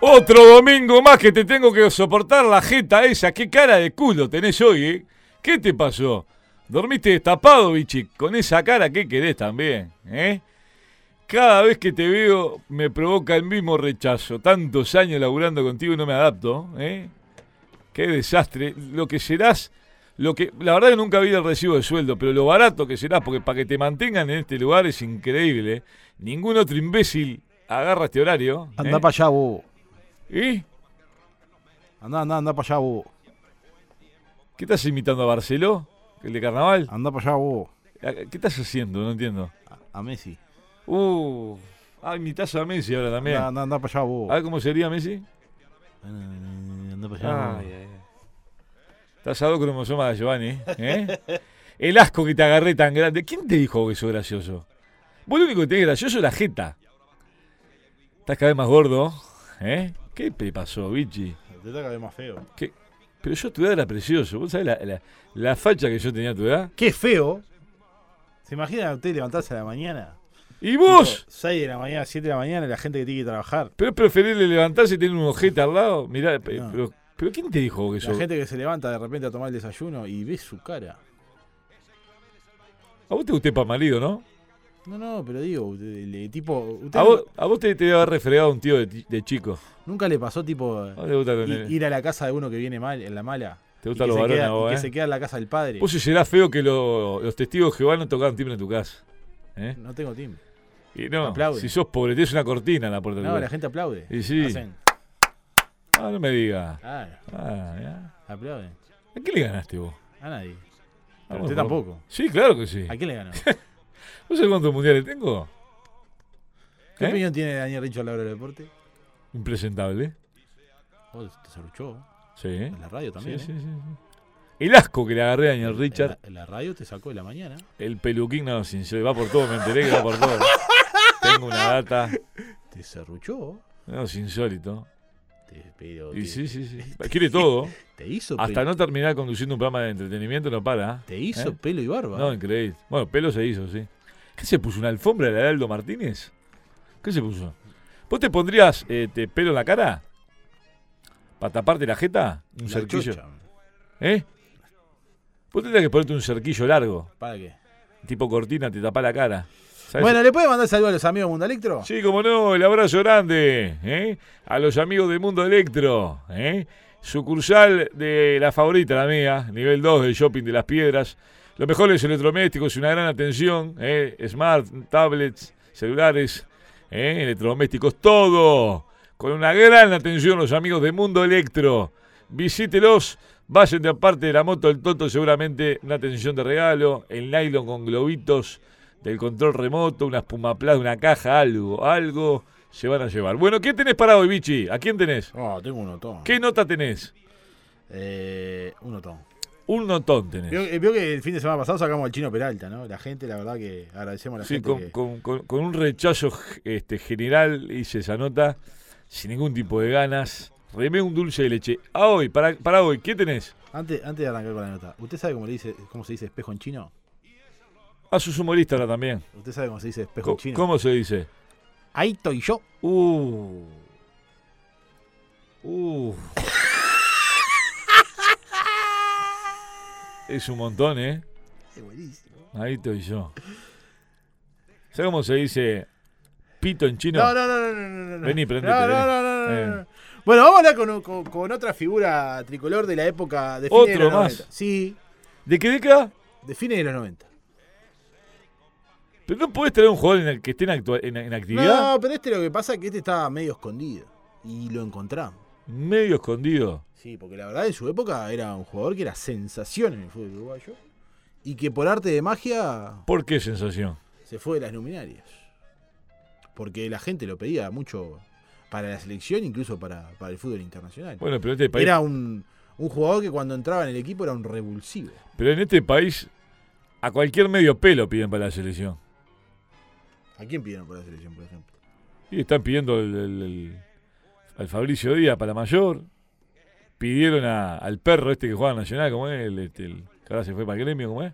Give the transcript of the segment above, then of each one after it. Otro domingo más que te tengo que soportar la jeta esa. Qué cara de culo tenés hoy, ¿eh? ¿Qué te pasó? ¿Dormiste destapado, bichi? Con esa cara, ¿qué querés también? ¿Eh? Cada vez que te veo me provoca el mismo rechazo. Tantos años laburando contigo y no me adapto, ¿eh? Qué desastre. Lo que serás, lo que. La verdad que nunca vi el recibo de sueldo, pero lo barato que serás, porque para que te mantengan en este lugar es increíble. ¿eh? Ningún otro imbécil agarra este horario. ¿eh? Anda para allá, bobo. ¿Y? Anda, anda, anda para allá, bobo. ¿Qué estás imitando a Barceló? ¿El de carnaval? Ah, Anda para allá, bobo. ¿Qué estás haciendo? No entiendo. A, a Messi. Uh. Ah, imitás a Messi ahora también. Anda, anda, anda para allá, bobo. A ver cómo sería Messi. Ah. Anda para allá, bobo. Ay, ay, ay. Estás a dos cromosomas de Giovanni. ¿eh? El asco que te agarré tan grande. ¿Quién te dijo que sos gracioso? Vos lo único que tenés gracioso es la jeta. Estás cada vez más gordo. ¿eh? ¿Qué te pasó, bichi? Te está cada vez más feo. ¿Qué? Pero yo a tu edad era precioso. ¿Vos sabés la, la, la facha que yo tenía a tu edad? Qué feo. ¿Se imagina usted levantarse a la mañana? ¿Y vos? 6 de la mañana, 7 de la mañana, la gente que tiene que trabajar. Pero es preferible levantarse y tener un ojete al lado. Mirá, pe- No. pero, pero ¿quién te dijo que La sos? gente que se levanta de repente a tomar el desayuno y ve su cara. A vos te gusté para marido, ¿no? No, no, pero digo, el, el tipo. ¿Usted A vos, a vos te, te debe haber refregado un tío de, ti- de chico. nunca le pasó, tipo, ¿A vos te gustan los, i- nenes? ir a la casa de uno que viene mal, en la mala? te Y gustan que, los se varones queda, a y vos, que ¿eh? se queda en la casa del padre. Vos si será feo que lo- los testigos de Jehová no tocaban timbre en tu casa. ¿eh? No tengo tiempo. Y no, Aplaude. si sos pobre, tenés una cortina en la puerta de No, tu la casa. gente aplaude. Y sí. Hacen, Ah, no me digas. claro, Ah, ya. aplauden. ¿A qué le ganaste vos? A nadie. Ah, Pero bueno, usted por- tampoco. Sí, claro que sí. ¿A quién le ganó? ¿Vos sabés cuántos mundiales tengo? ¿Qué ¿Eh? opinión tiene Daniel Richo a la hora del deporte? Impresentable. Oh, te serruchó. Sí, ¿eh? En la radio también. Sí, ¿eh? sí, sí, sí. El asco que le agarré a Daniel Richard, En la, en la radio te sacó de la mañana. el peluquín, no, sincero, va por todo, me enteré que va por todo. Tengo una data, Te serruchó. no, es insólito. Te, pero Y te, sí, sí, sí. Quiere todo. te hizo, Hasta pelo, no terminar conduciendo un programa de entretenimiento, no para. te hizo ¿Eh? pelo y barba. No, increíble. Bueno, pelo se hizo, sí. ¿Qué se puso? ¿Una alfombra de Aldo Martínez? ¿Qué se puso? ¿Vos te pondrías eh, te- pelo en la cara? ¿Para taparte la jeta? ¿Un La cerquillo? chocha. ¿Eh? Vos tendrías que ponerte un cerquillo largo. ¿Para qué? tipo cortina te tapa la cara. ¿Sabes? Bueno, ¿le puede mandar saludos a los amigos de Mundo Electro? Sí, como no, el abrazo grande ¿eh? a los amigos de Mundo Electro. ¿eh? Sucursal de la favorita, la mía, nivel 2 del Shopping de las Piedras. Los mejores electrodomésticos y una gran atención. ¿eh? Smart, tablets, celulares, ¿eh? electrodomésticos, todo. Con una gran atención los amigos de Mundo Electro. Visítelos. Vayan de aparte de la moto del Toto, seguramente una atención de regalo, el nylon con globitos, del control remoto, una espuma plata, una caja, algo, algo se van a llevar. Bueno, ¿qué tenés para hoy, Bichi? ¿A quién tenés? Oh, tengo un notón. ¿Qué nota tenés? Eh, un notón. Un notón Vio, tenés. eh, vio que el fin de semana pasado sacamos al chino Peralta, ¿no? La gente, la verdad que agradecemos a la Sí, gente. con, que- con- con- con un rechazo este, general hice esa nota, sin ningún tipo de ganas. Remé un dulce de leche. A hoy, para, para hoy, ¿qué tenés? Antes, antes de arrancar con la nota, ¿usted sabe cómo, le dice, cómo se dice espejo en chino? A sus humoristas Ah, ahora también. ¿Usted sabe cómo se dice espejo Co- en chino? ¿Cómo se dice? Ahí estoy yo. Uh. Uh. Es un montón, ¿eh? Es buenísimo. Ahí estoy yo. ¿Sabes cómo se dice pito en chino? No, no, no, no, no, no, no. Vení, prendete, No, no, vení. no, no, no, no, no. Eh. Bueno, vamos a hablar con, con- con otra figura tricolor de la época de fines de ¿Otro los más? 90. Sí, ¿De qué década? de fines de los 90. Pero no podés traer un jugador en el que esté en, actua- en- en actividad, No, pero este lo que pasa es que este estaba medio escondido. Y lo encontramos. medio escondido. Sí, porque la verdad en su época era un jugador que era sensación en el fútbol uruguayo. Y que por arte de magia ¿Por qué sensación? se fue de las luminarias. Porque la gente lo pedía mucho para la selección, incluso para, para el fútbol internacional. Bueno, pero en este país, Era un, un jugador que cuando entraba en el equipo era un revulsivo. pero en este país a cualquier medio pelo piden para la selección. ¿A quién pidieron para la selección, por ejemplo? Y están pidiendo el- el- el- al Fabricio Díaz para mayor. Pidieron a- al perro este que juega en Nacional, como es, el, este, el que ahora se fue para el gremio, como es.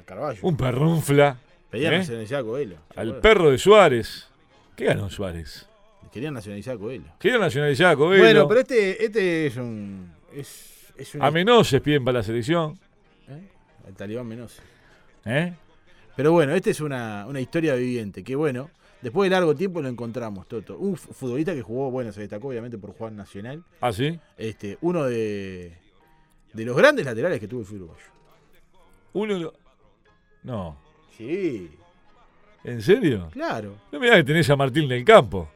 A Carvalho. Un perrunfla. Pedían ¿eh? la selección de Coelho. ¿te Al acuerdas? perro de Suárez. ¿Qué ganó Suárez? Querían nacionalizar a Coelho. Quiero nacionalizar a Coelho. Bueno, pero este, este es un. Es, es un. A Menoses piden para la selección. ¿eh? El talibán menos. ¿eh? Pero bueno, esta es una, una historia viviente. Que bueno, después de largo tiempo lo encontramos, Toto. Un fu- futbolista que jugó, bueno, se destacó obviamente por jugar nacional. ¿Ah, sí? Este, uno de, de los grandes laterales que tuvo el fútbol uruguayo. Uno lo- No. Sí, ¿En serio? claro. No mirá que tenés a Martín del Campo.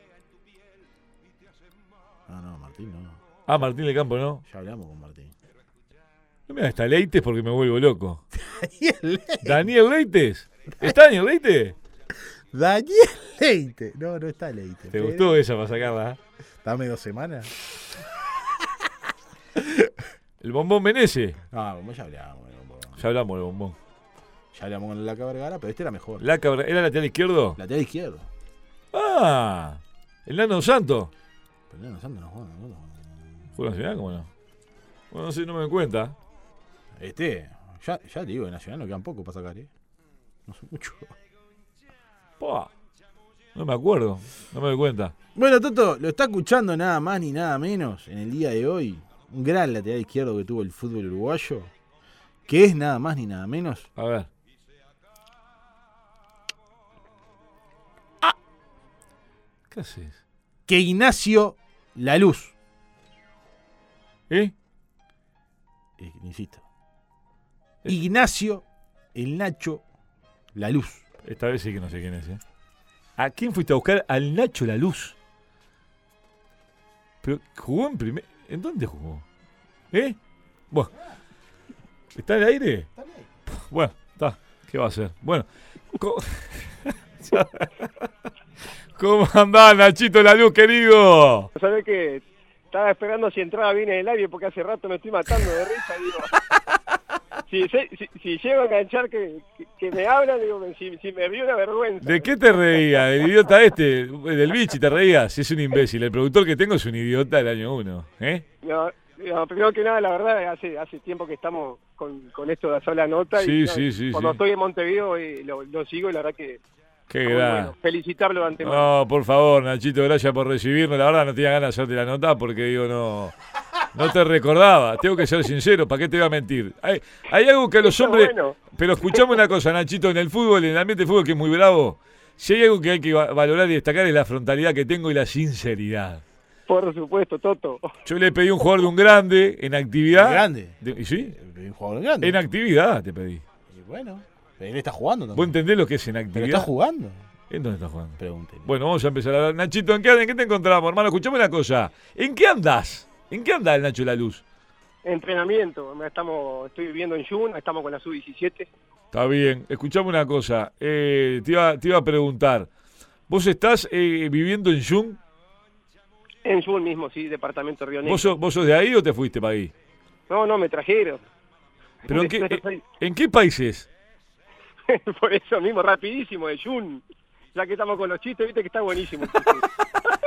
No, no, Martín, no. Ah, Martín del Campo no. Ya hablamos con Martín. No me está Leites porque me vuelvo loco. Daniel ¿Daniel Leites? ¿Está Daniel Leites? Daniel Leite. No, no está Leite. ¿Eh? ¿Te gustó esa para sacarla? eh? Dame dos semanas. El bombón Menezes. Ah, bueno, ya hablamos. bueno, bueno. Ya hablamos del bombón. Ya hablamos con la Vergara, pero este era mejor. La cabra- ¿Era lateral izquierdo? Lateral izquierdo. Ah, el Nano Santo. Pero no, Santos no juega, no juega. ¿Fue nacional? ¿Cómo no? Bueno, no sé, no me doy cuenta. Este, ya, ya te digo, de Nacional no quedan poco para sacar, ¿eh? No sé mucho. Pa, no me acuerdo, no me doy cuenta. Bueno, Toto, lo está escuchando nada más ni nada menos en el día de hoy. Un gran lateral izquierdo que tuvo el fútbol uruguayo. Que es nada más ni nada menos A ver. Ah. ¿Qué haces? que Ignacio Laluz. ¿Eh? Eh, Insisto. Eh. Ignacio, el Nacho Laluz. Esta vez sí que no sé quién es, ¿eh? ¿A quién fuiste a buscar? Al Nacho La Luz. Pero jugó en primer. ¿En dónde jugó? ¿Eh? Bueno. ¿Está en el aire? Puf, Bueno, está. ¿Qué va a hacer? Bueno. co- ¿Cómo andás, Nachito La Luz, querido? ¿Sabés que Estaba esperando si entraba bien en el aire porque hace rato me estoy matando de risa, digo. Si, se- si, si llego a enganchar que, que, que me hablan, digo, si, si me río una vergüenza. ¿De qué te reías? ¿Del idiota este? ¿Del bichi te reías? Si es un imbécil. El productor que tengo es un idiota del año uno. ¿Eh? No, no, primero que nada, la verdad, hace hace tiempo que estamos con, con esto de hacer la nota. Sí, y, no, sí, sí, Cuando sí. estoy en Montevideo eh, lo, lo sigo y la verdad que... Qué muy grande. bueno. felicitarlo de antemano. No, por favor, Nachito, gracias por recibirnos. La verdad no tenía ganas de hacerte la nota porque digo, no. No te recordaba, tengo que ser sincero, ¿para qué te voy a mentir? Hay, hay algo que a los Está hombres... bueno. Pero escuchame una cosa, Nachito, en el fútbol, en el ambiente de fútbol que es muy bravo, si hay algo que hay que va- valorar y destacar es la frontalidad que tengo y la sinceridad. Por supuesto, Toto. Yo le pedí a un jugador de un grande en actividad... Un grande. Eh, de- ¿Y sí? Un jugador grande. En actividad te pedí. Y bueno, él está jugando ¿Vos también. entendés lo que es en ¿Pero está actividad? jugando? ¿En dónde estás jugando? Pregúntele. Bueno, vamos a empezar a hablar. Nachito, ¿en qué, en qué te encontramos, hermano? Escuchame una cosa. ¿En qué andás? ¿En qué anda el Nacho La Luz? Entrenamiento. me Estamos, estoy viviendo en Yuna, estamos con la sub-17. Está bien. Escuchame una cosa. Eh, te, iba, te iba a preguntar. ¿Vos estás eh, viviendo en Jung? En Yun mismo, sí, departamento de Río Negro. ¿Vos sos, ¿Vos sos de ahí o te fuiste para ahí? No, no, me trajeron. ¿Pero en qué, Yo eh, soy- en qué país es? Por eso mismo, rapidísimo, de Jun. Ya que estamos con los chistes, viste que está buenísimo.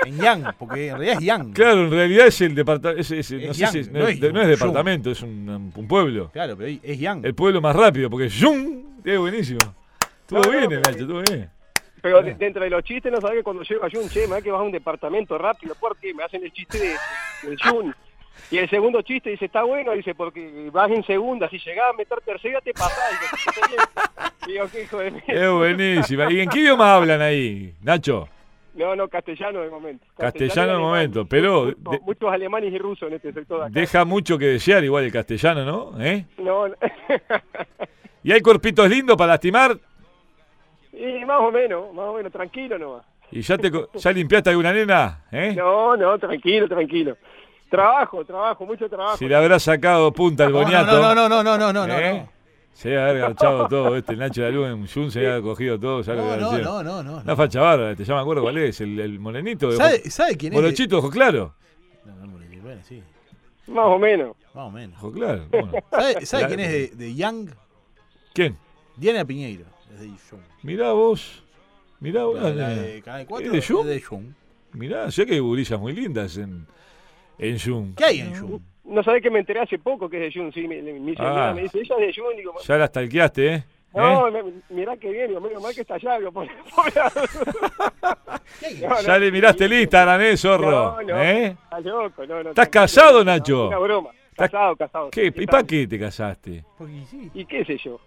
En Yang, porque en realidad es Yang. Claro, en realidad es el departamento. No, Es sé si es- Yang, no no es, es Jung, no es Jung. departamento, es un, un pueblo. Claro, pero ahí es Yang. El pueblo más rápido, porque Jung es buenísimo. Estuvo No, no, bien el pero- Nacho, estuvo bien. Pero de- dentro de los chistes, no sabés que cuando llego a Jun, che, me da que vas a un departamento rápido, porque me hacen el chiste de, de Jun. Y el segundo chiste dice, está bueno, dice, porque vas en segunda, si llegás a meter tercera, te pasás. Y digo, Digo, qué hijo de mí. Es buenísima. ¿Y en qué idioma hablan ahí, Nacho? No, no, castellano de momento. Castellano de y alemán. momento, pero Muchos, de- muchos alemanes y rusos en este sector de acá. Deja mucho que desear igual el castellano, ¿no? ¿Eh? No, no. ¿Y hay cuerpitos lindos para lastimar? y más o menos, más o menos, tranquilo nomás. ¿Y ya te co- ya limpiaste alguna nena? ¿Eh? No, no, tranquilo, tranquilo. Trabajo, trabajo, mucho trabajo. Si le habrás sacado punta al No, no, boniato. no, no, no, no, no, no, no. ¿eh? Se había agachado todo, este el Nacho de la Luz en Jun se había cogido todo, ya lo No, había no, vencido. no, no, no, Una no. facha bárbara, te llama acuerdo cuál es, el, el morenito de ¿Sabe, sabe quién es? Morochito, ojo claro. No, no, Morochito, bueno, sí. Más o menos. Más o menos. Ojo claro. ¿cómo no? ¿Sabe, sabe Claro. quién es de, de Yang? ¿Quién? Diana Piñeiro. Es de Yang. Mirá vos. Mirá vos. La, la nena. de Canal 4 ¿Es de Yung? de Yung. Mirá, sé que hay gurillas muy lindas en, en Jun. ¿Qué hay en Yung? No sabés que me enteré hace poco que es de Jun, sí, mi, mi Ah. señora me dice, ella es de Jun, digo, Ya las talqueaste, ¿eh? No, me- mirá que bien, digo, menos mal que está allá, digo, pobre- pobre- No, no, Ya le miraste el Instagram, ¿eh, zorro? No, no, ¿Eh? estás loco, no, no, ¿Estás tranquilo, casado, no, Nacho? Una broma. ¿Estás- Casado, casado. ¿Qué? ¿Y para qué te casaste? Porque sí. ¿Y qué sé yo?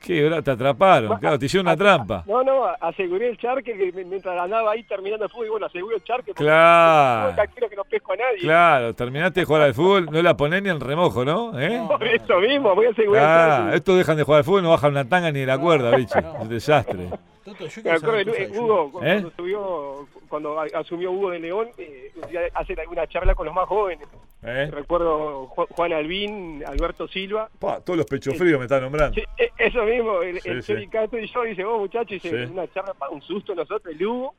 ¿Qué? ahora Te atraparon, claro, te hicieron una trampa. No, no, aseguré el charque que m- mientras andaba ahí terminando el fútbol, bueno, aseguré el charque porque Claro. tranquilo que no pesco a nadie. Claro, terminaste de jugar al fútbol, no la ponés ni en remojo, ¿no? ¿Eh? Por eso mismo, voy a asegurar el Ah, charque. estos dejan de jugar al fútbol, no bajan una tanga ni de la cuerda, bicho. Un desastre. Toto, yo Me quiero acuerdo saber de Lu- cosas eh, de Hugo, Junior. cuando ¿Eh? subió, cuando a- asumió Hugo de León, eh, un día hacer alguna charla con los más jóvenes. ¿Eh? Recuerdo Ju- Juan Albín, Alberto Silva, Pa, todos los pechos fríos me están nombrando. Sí, e- eso mismo, el, Sí, el sí. Chori Castro y yo, dice, vos muchachos, dice, Sí. una charla, pa- un susto nosotros, el Hugo.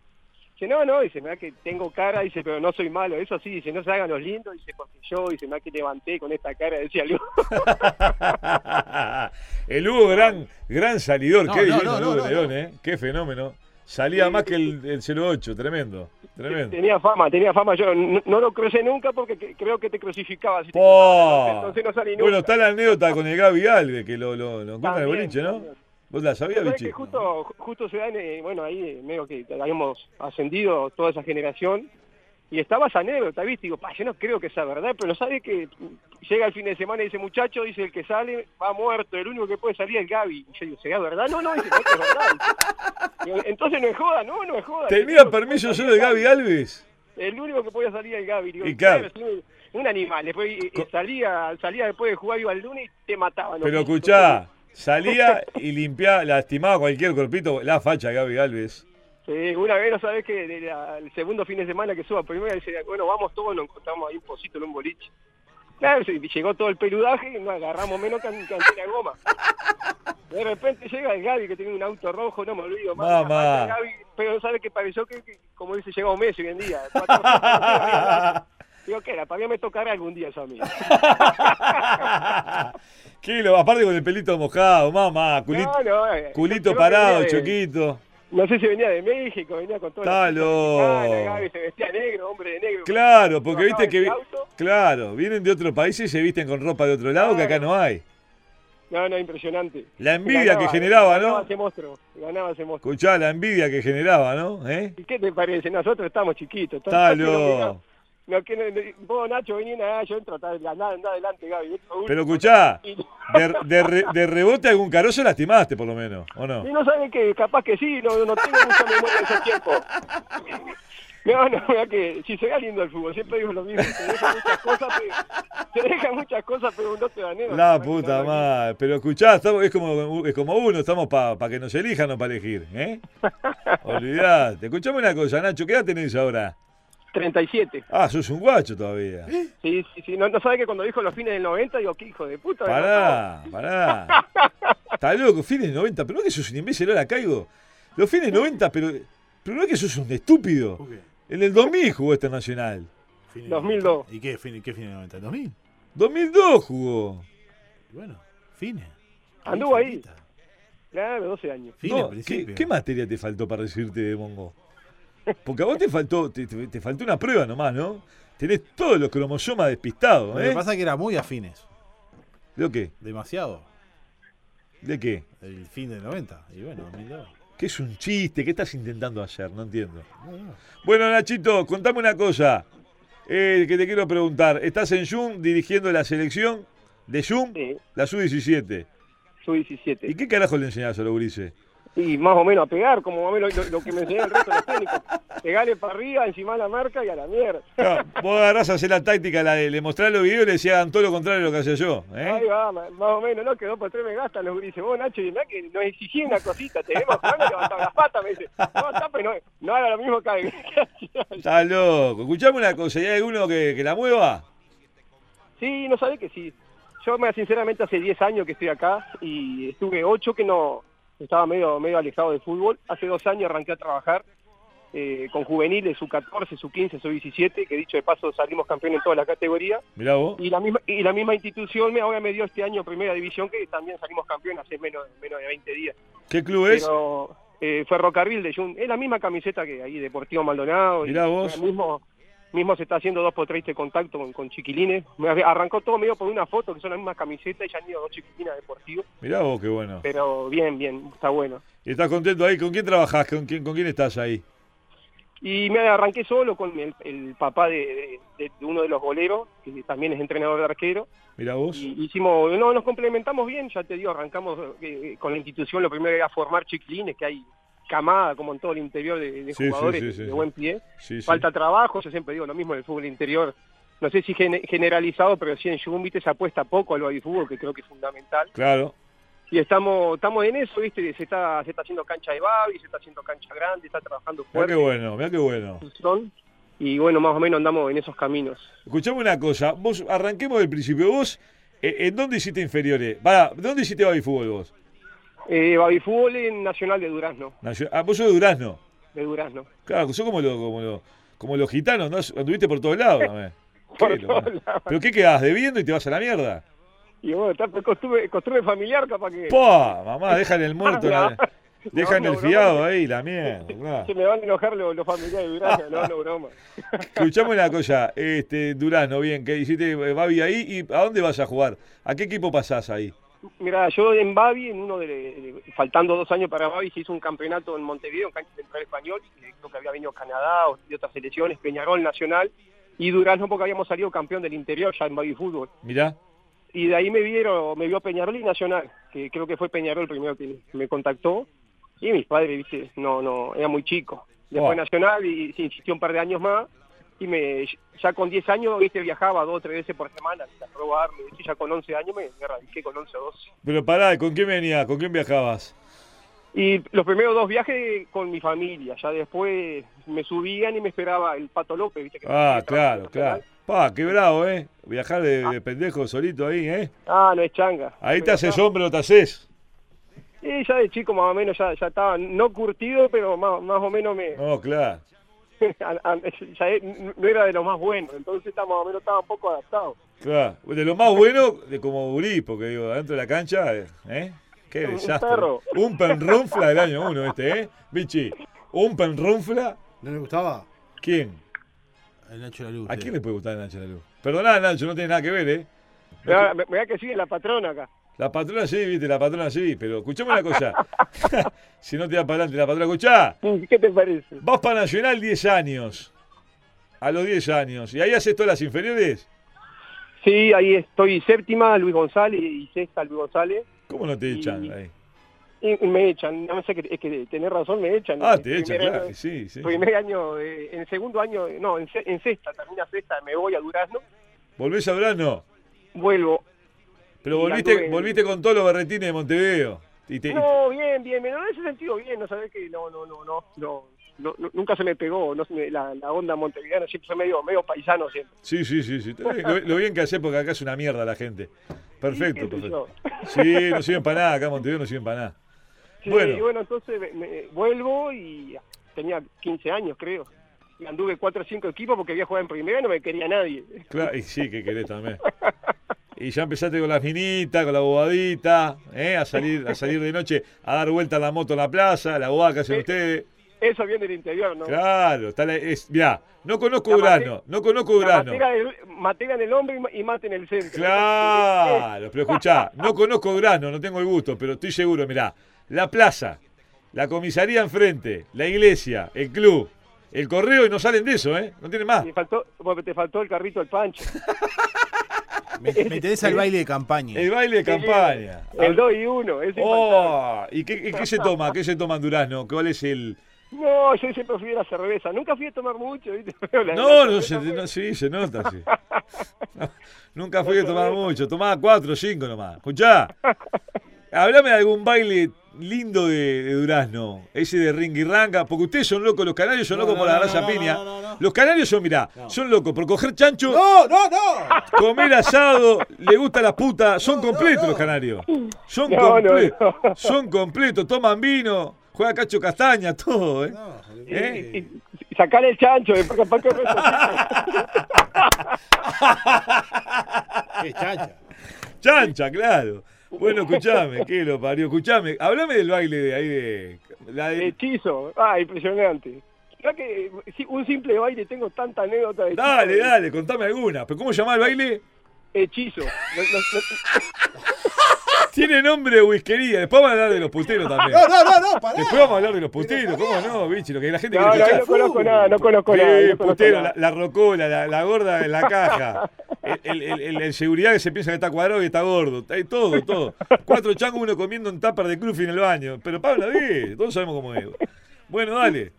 Dice, no, no, dice, mira que tengo cara, dice, pero no soy malo, eso sí, dice, no se hagan los lindos, dice, porque yo, dice, mira que levanté con esta cara, decía el Hugo. el Hugo, gran, gran salidor. No, Qué no, divino no, el Hugo no, de no. León, ¿eh? Qué fenómeno. Salía más que el, el 08, tremendo. Tremendo. Tenía fama, tenía fama, yo no, no lo crucé nunca porque cre- creo que te crucificaba. si te ¡Po! Entonces no salí nunca. Bueno, está la anécdota con el Gaby Alves, que lo, lo, lo encuentra en el También, boliche, ¿no? también. ¿Vos la sabías, Sabés que bichi? justo, ju- justo se dan, eh, bueno, ahí eh, medio que habíamos ascendido toda esa generación y estaba esa anécdota, ¿viste? Digo, pa, yo no creo que sea verdad, pero sabe que llega el fin de semana y dice, muchacho, dice, el que sale va muerto, el único que puede salir es Gaby. Y yo digo, ¿será verdad? No, no, dice, no es verdad. Digo, Entonces no es joda, no, no es joda. ¿Tenía permiso solo de Gaby Alves? El único que podía salir es Gaby. Digo, Y claro. claro, es un, un animal, después y- y Co- salía, salía después de jugar, iba al lunes y te mataban. Pero escuchá, salía y limpiaba, lastimaba cualquier cuerpito, la facha de Gaby Alves. Sí, una vez, ¿no sabes que de la- el segundo fin de semana que suba primera, dice, bueno, vamos todos, nos encontramos ahí un pocito en un boliche. Claro, sí, llegó todo el peludaje y nos agarramos menos que an- que antena de goma. De repente llega el Gaby que tiene un auto rojo, no me olvido más. Mamá. la pata de Gaby, pero sabes que pareció que, que, como dice, llegó un mes hoy en día. Cuatro- cuatro- Digo, ¿qué era? Para mí me tocará algún día eso a mí. Que lo- aparte con el pelito mojado, mamá, culito, No, no, eh, culito creo que parado, venía de- choquito. No sé si venía de México, venía con todo. Está loco. Ah, Gaby se vestía negro, hombre de negro. Claro, porque viste Bajaba que... del vi- auto. Claro, vienen de otros países y se visten con ropa de otro lado que acá no hay. No, no, impresionante. La envidia que generaba, Ganaba ¿no? ese monstruo, ganaba ese monstruo. Escuchá, la envidia que generaba, ¿no? ¿Eh? ¿Y qué te parece? Nosotros estamos chiquitos. Está entonces, loco. no, que no- no- vos, Nacho, vení nada, yo entro atrás, andá, andá adelante, Gaby. Pero escuchá, Y, de, de re- de rebote algún carozo lastimaste por lo menos, ¿o no? y no saben que capaz que sí, no, no tengo mucha memoria de esos tiempos. No, no, mira que si se ve lindo el fútbol, siempre digo lo mismo, te dejan muchas cosas, pero, te dejan muchas cosas, pero no te dan nada. La puta madre. Pero escuchá, estamos- es, como, es como uno, estamos para que nos elijan, no para elegir, ¿eh? Olvidate. Escuchame una cosa, Nacho, ¿qué edad tenés ahora? 37. Ah, sos un guacho todavía. Sí, sí, sí. No, no sabe que cuando dijo los fines del 90, digo, qué hijo de puta. Pará, pará. Está loco, fines 90, pero no es que sos un imbécil, ahora caigo. Los fines 90, pero, pero no es que sos un estúpido. ¿Por qué? En el 2000 jugó este Nacional. Fin de 2002. ¿Y qué fin, qué fin de 90? ¿2000? 2002 jugó. Y Bueno, fines. Anduvo ahí. cerquita. Claro, 12 años. Fines, No, ¿qué, principio. qué materia te faltó para recibirte de Mongo? Porque a vos te faltó, te, te- te faltó una prueba nomás, ¿no? Tenés todos los cromosomas despistados, Lo ¿eh? que pasa es que era muy afines. ¿De qué? Demasiado. ¿De qué? El fin del 90. Y bueno, 2002. ¿Qué es un chiste? ¿Qué estás intentando hacer? No entiendo. No, no. Bueno, Nachito, contame una cosa eh, que te quiero preguntar. Estás en Zoom dirigiendo la selección de Zoom, Sí. la sub-17. Soy 17. ¿Y qué carajo le enseñás a los gurises? Y más o menos a pegar, como más o menos lo, lo que me enseñó el resto de los técnicos. Pegale para arriba, encima de la marca y a la mierda. Claro, vos agarrás a hacer la táctica, la de le mostrás los videos y le decís hagan todo lo contrario de lo que hacía yo. ¿eh? Ahí va, ma- más o menos, ¿no? Que dos por tres me gastan los grises. Vos, Nacho, y mirá que nos exigí una cosita. Tenemos que levantar las patas, me dice. No, está, pero no, no haga lo mismo que Está loco. Escuchame una cosa, ¿y hay alguno que, que la mueva? Sí, no sabe que sí. Yo, mira, sinceramente, hace 10 años que estoy acá y estuve 8 que no estaba medio, medio alejado del fútbol. Hace dos años arranqué a trabajar eh, con juveniles, su 14, su 15, su 17, que dicho de paso salimos campeón en todas las categorías. Mirá vos. Y la misma, y la misma institución me, ahora me dio este año primera división que también salimos campeón hace menos, menos de 20 días. ¿Qué club es? Pero eh, Ferrocarril de Jun, es la misma camiseta que ahí Deportivo Maldonado. y Mirá vos. El mismo, mismo se está haciendo dos por tres de contacto con, con chiquilines. Me Arrancó todo medio por una foto, que son las mismas camisetas, y ya han ido dos chiquilinas deportivos. Mirá vos, qué bueno. Pero bien, bien, está bueno. ¿Y estás contento ahí? ¿Con quién trabajás? ¿Con quién, con quién estás ahí? Y me arranqué solo con el, el papá de, de- de uno de los goleros, que también es entrenador de arquero. Mirá vos. Y hicimos, no, nos complementamos bien, ya te digo, arrancamos eh, con la institución, lo primero era formar chiquilines, que hay camada, como en todo el interior de, de Sí, sí, jugadores sí, sí, de sí. buen pie. Sí, sí. Falta trabajo, yo siempre digo lo mismo en el fútbol interior. No sé si gene- generalizado, pero sí en Yumbite se apuesta poco al fútbol, que creo que es fundamental. Claro. Y estamos estamos en eso, ¿viste? Se está, se está haciendo cancha de babi, se está haciendo cancha grande, está trabajando Mirá qué fuerte. bueno, mirá qué bueno. son, Y bueno, más o menos andamos en esos caminos. Escuchame una cosa, vos arranquemos del principio. Vos, eh, ¿en dónde hiciste inferiores? Pará, ¿dónde hiciste fútbol vos? Eh, Babifútbol en Nacional de Durazno, Nacio- Ah, vos sos de Durazno. de Durazno. Claro, sos como, los- como, los- como los gitanos, ¿no? Anduviste por todos lados también. Por Qué todos loco. lados. ¿Pero qué quedás? ¿Debiendo y te vas a la mierda? Y bueno, está por costumbre, costumbre familiar capaz que ¡Pah! Mamá, dejan el muerto. Ah, la- no. Dejan No, el no, fiado no. ahí, la mierda. claro. se me van a enojar los, los familiares de Durazno, no, no, broma. Escuchame una cosa, este, Durazno, bien, que hiciste eh, Babi ahí y ¿a dónde vas a jugar? ¿A qué equipo pasás ahí? Mira, yo en Babi, en uno de, de- faltando dos años para Babi, se hizo un campeonato en Montevideo, en cancha central español, eh, creo que había venido Canadá o- y otras selecciones, Peñarol Nacional, y Durazno porque habíamos salido campeón del interior ya en Babi Fútbol. Mirá, Y de ahí me vieron, me vio Peñarol y Nacional, que creo que fue Peñarol primero que me contactó, y mis padres, viste, no, no, era muy chico. Después Oh. Nacional y se insistió un par de años más, y me, ya con 10 años, viste, viajaba dos o tres veces por semana a probarme, viste, ya con 11 años me, me radiqué con 11 o 12. pero pará, ¿con quién venías? ¿Con quién viajabas? Y los primeros dos viajes con mi familia, ya después me subían y me esperaba el Pato López, ¿viste? Que Ah, claro, que trabaja en claro. Nacional. Pa, qué bravo, ¿eh? Viajar de, de pendejo solito ahí, ¿eh? Ah, no es changa. Ahí te Ah. Pero haces ya- hombre o te haces. Y ya de chico más o menos ya, ya estaba, no curtido, pero más, más o menos me... No, claro. a- a- ya e- no era de lo más bueno, entonces está, más o menos estaba un poco adaptado. Claro. De lo más bueno, de como gurí, porque digo, adentro de la cancha, ¿eh? Qué Un desastre. perro. Un penrunfla del año uno este, ¿eh? Bichi, un penrunfla, ¿No le gustaba? ¿quién? El Nacho eh. de la Luz. ¿A quién le puede gustar el Nacho de la Luz? Perdoná, Nacho, no tiene nada que ver, ¿eh? Mirá, me- mirá que sigue la patrona acá. La patrona sí, viste, la patrona sí, pero escuchame una cosa. si no te da para adelante la patrona, escuchá. Sí, ¿Qué te parece? Vas para Nacional 10 años. A los 10 años. ¿Y ahí haces todas las inferiores? Sí, ahí estoy séptima, Luis González, y sexta, Luis González. ¿Cómo no te echan Y- ahí? Y me echan, no sé, que- es que tenés razón, me echan. Ah, El te echan, primer claro. año- que Sí, sí. primer año, eh, en segundo año, eh, no, en, se- en sexta, termina sexta, me voy a Durazno, ¿Volvés a Durazno? vuelvo. Pero Y volviste, anduve- volviste con todos los berretines de Montevideo. Y te- y- No, bien, bien, bien, no, en ese sentido bien, no sabés que no, no, no, no, no, no, no, nunca se me pegó, no se me- la, la onda montevideana siempre fue medio, medio paisano siempre. Sí, sí, sí. sí. Lo, lo bien que hacés porque acá es una mierda la gente. Perfecto, ¿Qué sé yo? perfecto. Sí, no sirven para nada. Acá en Montevideo no sirven para nada. Sí, Bueno. y bueno, entonces me- me- vuelvo y tenía 15 años, creo. Y anduve 4 o 5 equipos porque había jugado en primera y no me quería nadie. Claro, y sí, que querés también. Y ya empezaste con las minitas, con la bobadita, ¿eh? a salir a salir de noche, a dar vuelta la moto en la plaza, la bobada que hacen Sí. ustedes. Eso viene del interior, ¿no? Claro, está la- es, mirá, no conozco La Urano, no conozco La Urano. matera, del- matera en el hombre y ma- y mate en el centro. Claro, pero escuchá, no conozco Urano, no tengo el gusto, pero estoy seguro, mirá, la plaza, la comisaría enfrente, la iglesia, el club, el correo y no salen de eso, ¿eh? No tienen más. Te faltó, porque te faltó el carrito del pancho. Me, me tenés al baile de campaña. El baile de campaña. Ah. El 2 y 1. ese infaltable. Oh, ¿y qué, y qué se toma? ¿Qué se toma en Durazno? ¿Cuál es el...? No, yo siempre fui a la cerveza. Nunca fui a tomar mucho, ¿viste? Pero la- No, la no, se, cerveza fue- no sí, se nota, sí. No, nunca fui a tomar mucho, tomaba cuatro o cinco nomás. Escuchá, hablame de algún baile lindo de, de Durazno, ese de ringui ranga, porque ustedes son locos, los canarios son No, locos no, por la no, raza no, piña. no, no, no. Los canarios son, mirá, son locos por coger chancho, ¡No, no, no! comer asado, le gusta la puta, son completos no. los canarios. Son No, no, completos, no. son completos, toman vino, juega cacho castaña, todo, ¿eh? No, ¿Eh? Y, y sacar el chancho, después capaz que resucita. qué chacha. Chancha, claro. Bueno, escuchame, que lo Este, parió. Escuchame, hablame del baile de ahí de. La de- Hechizo. Ah, impresionante. ¿Sabés que eh, si- un simple baile tengo tanta anécdota de Dale, chico, dale, contame alguna. ¿Pero cómo llamaba el baile? de Hechizo. No- no- no- Tiene nombre de whiskería. Después vamos a hablar de los puteros también. No, no, no, no, pará. Después vamos a hablar de los puteros. ¿Cómo no, bicho? Lo que la gente No, no, quiere no, escuchar. conozco nada, no conozco nada. Eh, no conozco putero, la, nada. la rocola, la, la gorda en la caja. El, el- el- el seguridad que se piensa que está cuadrado y está gordo. Hay todo, todo. Cuatro changos, uno comiendo un tupper de Cruffy en el baño. Pero Pablo, ve, todos sabemos cómo es. Bueno, dale.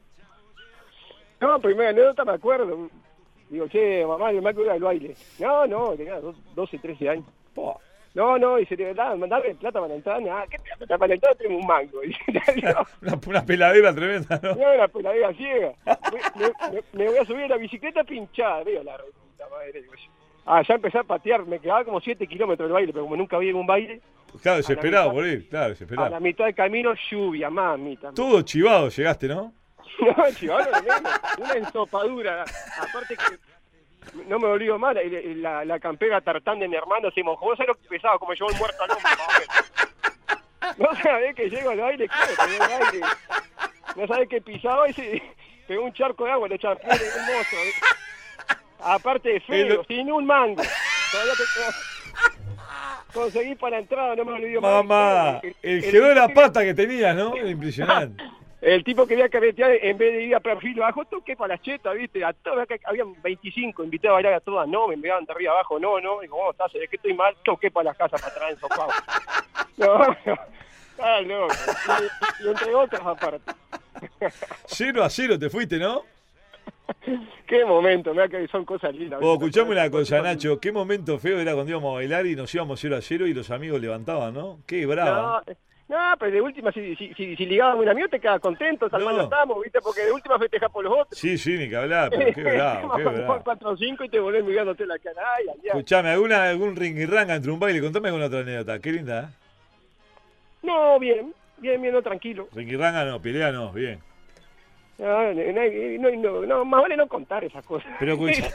No, primera anécdota me acuerdo. Digo, che, mamá, me acuerdo del baile. No, no, tenía do- 12, 13 años. Po, No, no, dice, "Da- mandame plata para la entrada. Nada, ¿qué plata para la entrada? Tengo un mango. Dice, "Dale, Una, una peladera tremenda, ¿no? No, la peladera ciega. Me, me- me voy a subir a la bicicleta pinchada, digo, la re- puta madre. digo yo. Ah, ya empecé a patear, me quedaba como 7 kilómetros del baile, pero como nunca había ningún baile, Claro, desesperado mitad. por él. Claro, a la desesperado. mitad del camino lluvia, mamita. Todo chivado llegaste, ¿no? No, chivalo, lo mismo, una ensopadura. Aparte que no me olvido más, el- el- la, la campera tartán de mi hermano se mojó, ¿Vos sabés lo que pesaba? Como llevó el muerto al hombro. más o menos. No sabés que llego al baile, claro, que llego al baile. No sabés que pisaba y se pegó un charco de agua, lo champió de un mozo. ¿eh? Aparte de feo, El- sin un mango. Todavía te- Conseguí para la entrada, no me olvido más. Mamá, el gelo de la pata que tenías, ¿no? Era impresionante. El tipo quería carretear, en vez de ir a perfil bajo, toqué para la cheta, ¿viste? A todas, acá habían 25, invité a bailar a todas, no, me miraban de arriba abajo, no, no, digo, ¿cómo estás? Es que estoy mal, toqué para las casas para atrás en sofá. No, no, ah, loco. Y, y entre otras aparte. 0 a 0 te fuiste, ¿no? Qué momento, mirá que son cosas lindas. O ¿viste? Oh, escuchame una cosa, Nacho. Qué momento feo era cuando íbamos a bailar y nos íbamos 0 a 0 y los amigos levantaban, ¿no? Qué brava. No, no, pero de última, si, si, si, si ligábamos un amigo te quedas contento, tal No. cual no estamos, ¿viste? Porque de última festejas por los otros. Sí, sí, ni que hablar, pero qué bravo, qué bravo. 4 o 5 y te volvés mirándote la cara. Ay, ay, ay. Escuchame, ¿alguna, algún ringirranga entre un baile? Contame alguna otra anécdota. Qué linda, ¿eh? No, bien, bien, bien, no, tranquilo. Ah, Ringirranga no, pelea no, bien. No, no, no, no, no, más vale no contar esas cosas. Pero escuchá.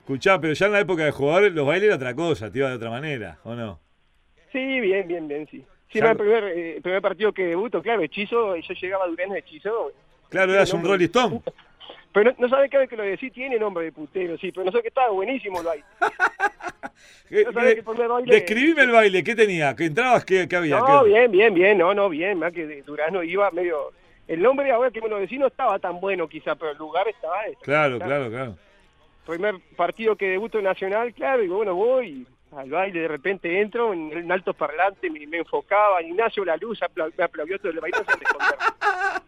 escuchá, pero ya en la época de jugador los bailes era otra cosa, te iba de otra manera, ¿o no? Sí, bien, bien, bien, sí. Sí, Ya era el lo- primer, eh, primer partido que debuto, claro, hechizo, yo llegaba a Durán de hechizo. Claro, eras un Rolling Stone. Pero no, no sabes qué que lo decís, tiene nombre de putero, sí, pero no sé qué estaba buenísimo lo hay. Eh, No sabés que por el baile- Describime el baile, ¿qué tenía? ¿Qué entrabas? ¿Qué, qué había? No, ¿Qué- bien, bien, bien, no, no, bien, más que Durano iba medio... El nombre ahora que me lo decís no estaba tan bueno quizá, pero el lugar estaba... eso. Claro, claro, claro. primer partido que debuto nacional, claro, y bueno, voy al baile, de repente entro en, en altos parlantes, me, me enfocaba, Ignacio La Luz apla- me aplaudió todo el baile sin responder.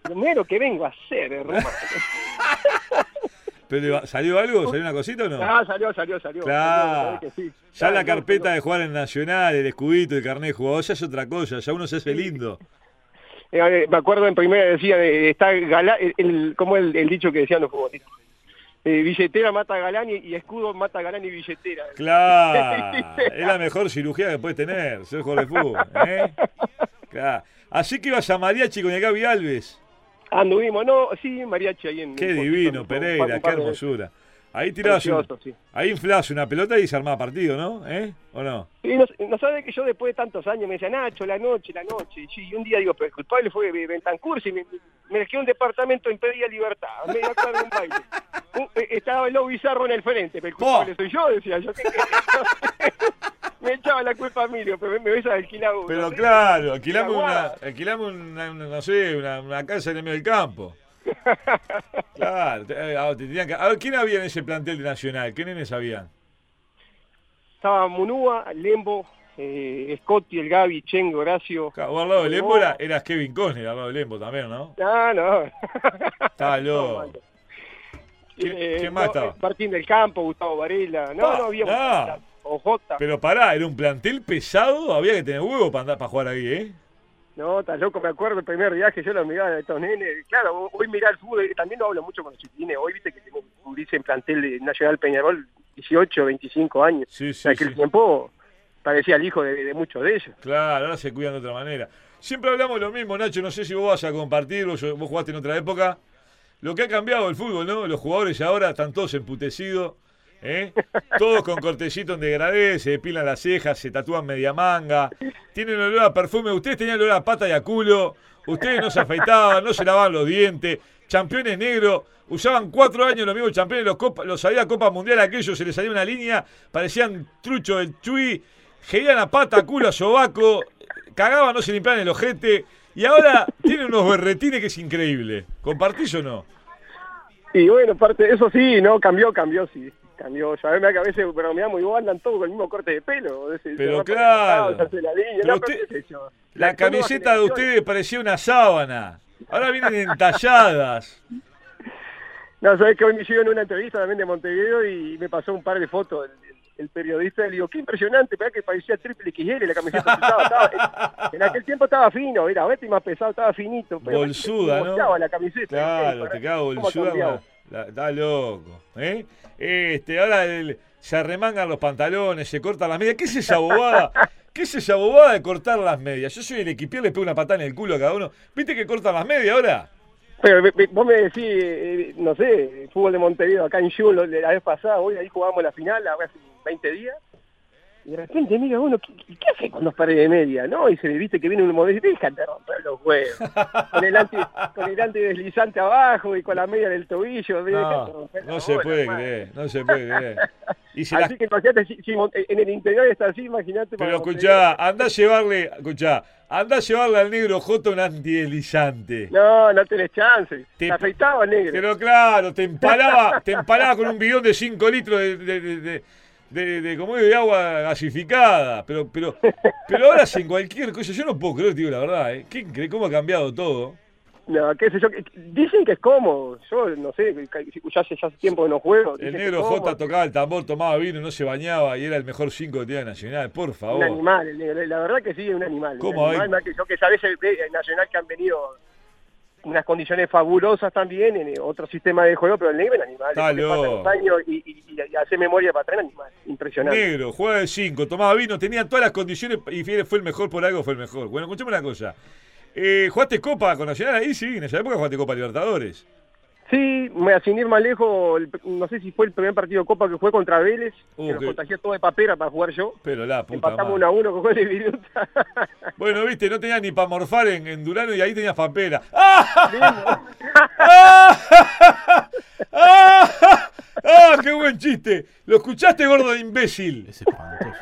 Primero que vengo a hacer, eh, hermano. ¿Pero salió algo? ¿Salió una cosita o no? Ah, salió, salió, salió. Claro. Salió, sabés que sí. Ya Claro, la no, carpeta salió. de jugar en Nacional, el escudito, el carnet de jugador, ya es otra cosa, ya uno se hace lindo. Eh, eh, me acuerdo en primera decía, eh, está galán, el, el- como el, el dicho que decían los futbolistas. Eh, billetera mata galán y, y escudo mata galán y billetera. Claro, es la mejor cirugía que puedes tener, ser jugador de fútbol. ¿eh? Claro. Así que ibas a Mariachi con el Gaby Alves. Anduvimos, no, sí, mariachi ahí en... Qué en- divino, en- Pereira, en- qué hermosura. Ahí tirabas, un- Precioso, sí. ahí inflás una pelota y se armaba partido, ¿no? ¿Eh? ¿O no? Y no, no sabe que yo después de tantos años me decía, Nacho, la noche, la noche. Y sí, y un día digo, pero el culpable fue Bentancur, y me, me dejé un departamento en pedida libertad, a media cuadra de un baile. Un- eh, estaba el lobo bizarro en el frente, pero el culpable ¡Po! soy yo, decía yo. ¿qué querés? me echaba la culpa a mí, digo, pero me, me ves alquilado. ¿no? Pero claro, alquilame La una, guarda. alquilame una, una- no sé, una, una casa en el medio del campo. Claro, te- eh, ah, te tenían que- a ver, ¿quién había en ese plantel de Nacional? ¿Qué nenes habían? Estaba Munúa, Lembo, eh, Scotti, el Gaby, Chengo, Horacio. Claro, vos al lado del Lembo era, eras Kevin Costner, al lado del Lembo también, ¿no? Ah, no. Estaba loco. ¿Quién- Eh, quién más estaba? Martín del Campo, Gustavo Varela. No, Pa, no había. no. Ojota. Pero pará, era un plantel pesado, había que tener huevo para andar para jugar ahí, ¿eh? No, tan loco, me acuerdo el primer viaje, yo lo miraba de estos nenes. Claro, hoy mirar el fútbol, eh, también no hablo mucho con los chiquilines. Hoy viste que tengo un en plantel de Nacional Peñarol, 18, 25 años. Sí, sí, en aquel sí. tiempo parecía el hijo de, de muchos de ellos. Claro, ahora se cuidan de otra manera. Siempre hablamos lo mismo, Nacho, no sé si vos vas a compartir, vos, vos jugaste en otra época. Lo que ha cambiado el fútbol, ¿no? Los jugadores ahora están todos emputecidos, ¿eh? Todos con cortecitos en degradé, se depilan las cejas, se tatúan media manga, tienen olor a perfume. Ustedes tenían olor a pata y a culo, ustedes no se afeitaban, no se lavaban los dientes, Campeones negros, usaban cuatro años los mismos campeones, los, copa, los salía a Copa Mundial aquellos, se les salía una línea, parecían trucho del chui, gerían a pata, culo, a sobaco, cagaban, no se limpiaban el ojete, y ahora tienen unos berretines que es increíble. ¿Compartís o no? Y bueno, parte, eso sí, ¿no? Cambió, cambió, sí. Cambió. Ya ves que a veces bromeamos igual, andan todos con el mismo corte de pelo. Ese- Pero se claro. rapan el costado, se hace la línea, Pero no, pero usted- qué sé yo. La Las nuevas camiseta de generaciones- ustedes parecía una sábana. Ahora vienen entalladas. No, sabes que hoy me hicieron una entrevista también de Montevideo y me pasó un par de fotos el, el- el periodista. Le digo, qué impresionante, ¿verdad? que parecía triple XL la camiseta. que usaba. Estaba- en, en aquel tiempo estaba fino, era vete más pesado, estaba finito. Pero Bolsuda, se ¿no? bochaba la camiseta. Claro, ¿viste? te cago ¿Cómo ha bolsuda. cambiado? la- Está loco. ¿eh? Este, ahora el- se arremangan los pantalones, se cortan las medias. ¿Qué es esa bobada? ¿Qué es esa bobada de cortar las medias? Yo soy el equipier, le pego una patada en el culo a cada uno. ¿Viste que cortan las medias ahora? Pero ve- ve- vos me decís, eh, eh, no sé, fútbol de Montevideo acá en Yul, lo- la vez pasada, hoy ahí jugábamos la final, ahora hace 20 días. Y de repente mira uno, ¿qué, qué- qué hace con los pares de media? ¿No? Y se le viste que viene un modelo y dice, déjate romper los huevos. Con el, anti, con el antideslizante abajo y con la media del tobillo. déjate No, romper no los se huevos, puede hermano. creer, no se puede creer. Y se las Así que imagínate, si, si Mon- en el interior está así, imagínate. para Pero Montevideo. escuchá, anda a llevarle, escuchá, anda a llevarle al negro J un antideslizante. No, no tenés chance. Te- Te afeitaba, negro. Pero claro, te empalaba, te empalaba con un bidón de 5 litros de, de, de, de- de- de- como digo, de agua gasificada. Pero, pero, pero ahora sin cualquier cosa, yo no puedo creer, tío, la verdad, ¿eh? ¿Qué incre- ¿Cómo ha cambiado todo? No, qué sé yo. que- Dicen que es cómodo. Yo no sé, que- ya hace, ya hace tiempo que no juego. El dicen que negro es J cómodo. tocaba el tambor, tomaba vino, no se bañaba y era el mejor 5 que tenía Nacional, por Un favor. animal, el negro. La verdad que sí, es un animal. ¿Cómo un animal, hay? más que yo que sabes el, el eh, Nacional que han venido unas condiciones fabulosas también en eh, otro sistema de juego, pero el negro es un animal. Está después que pasan loco. los años y, y- y- y hace memoria para atrás, un animal. Impresionante. Negro, jugaba de 5, tomaba vino, tenía todas las condiciones y fue fue el mejor por algo, fue el mejor. Bueno, escuchame una cosa. Eh, ¿Jugaste Copa con Nacional ahí? Sí, en esa época jugaste Copa Libertadores. Sí, me sin ir más lejos, el- no sé si fue el primer partido de Copa que jugué contra Vélez, Uh, que nos qué- contagió todo de papera para jugar yo. Pero la puta Empatamos madre. 1 a 1 con gol de Viruta. Bueno, viste, no tenías ni para morfar en, en Durano y ahí tenías papera. ¡Ah! Mismo. ¡Ah! ¡Ah! ¡Ah! ¡Qué buen chiste! Lo escuchaste, gordo de imbécil. Es espantoso.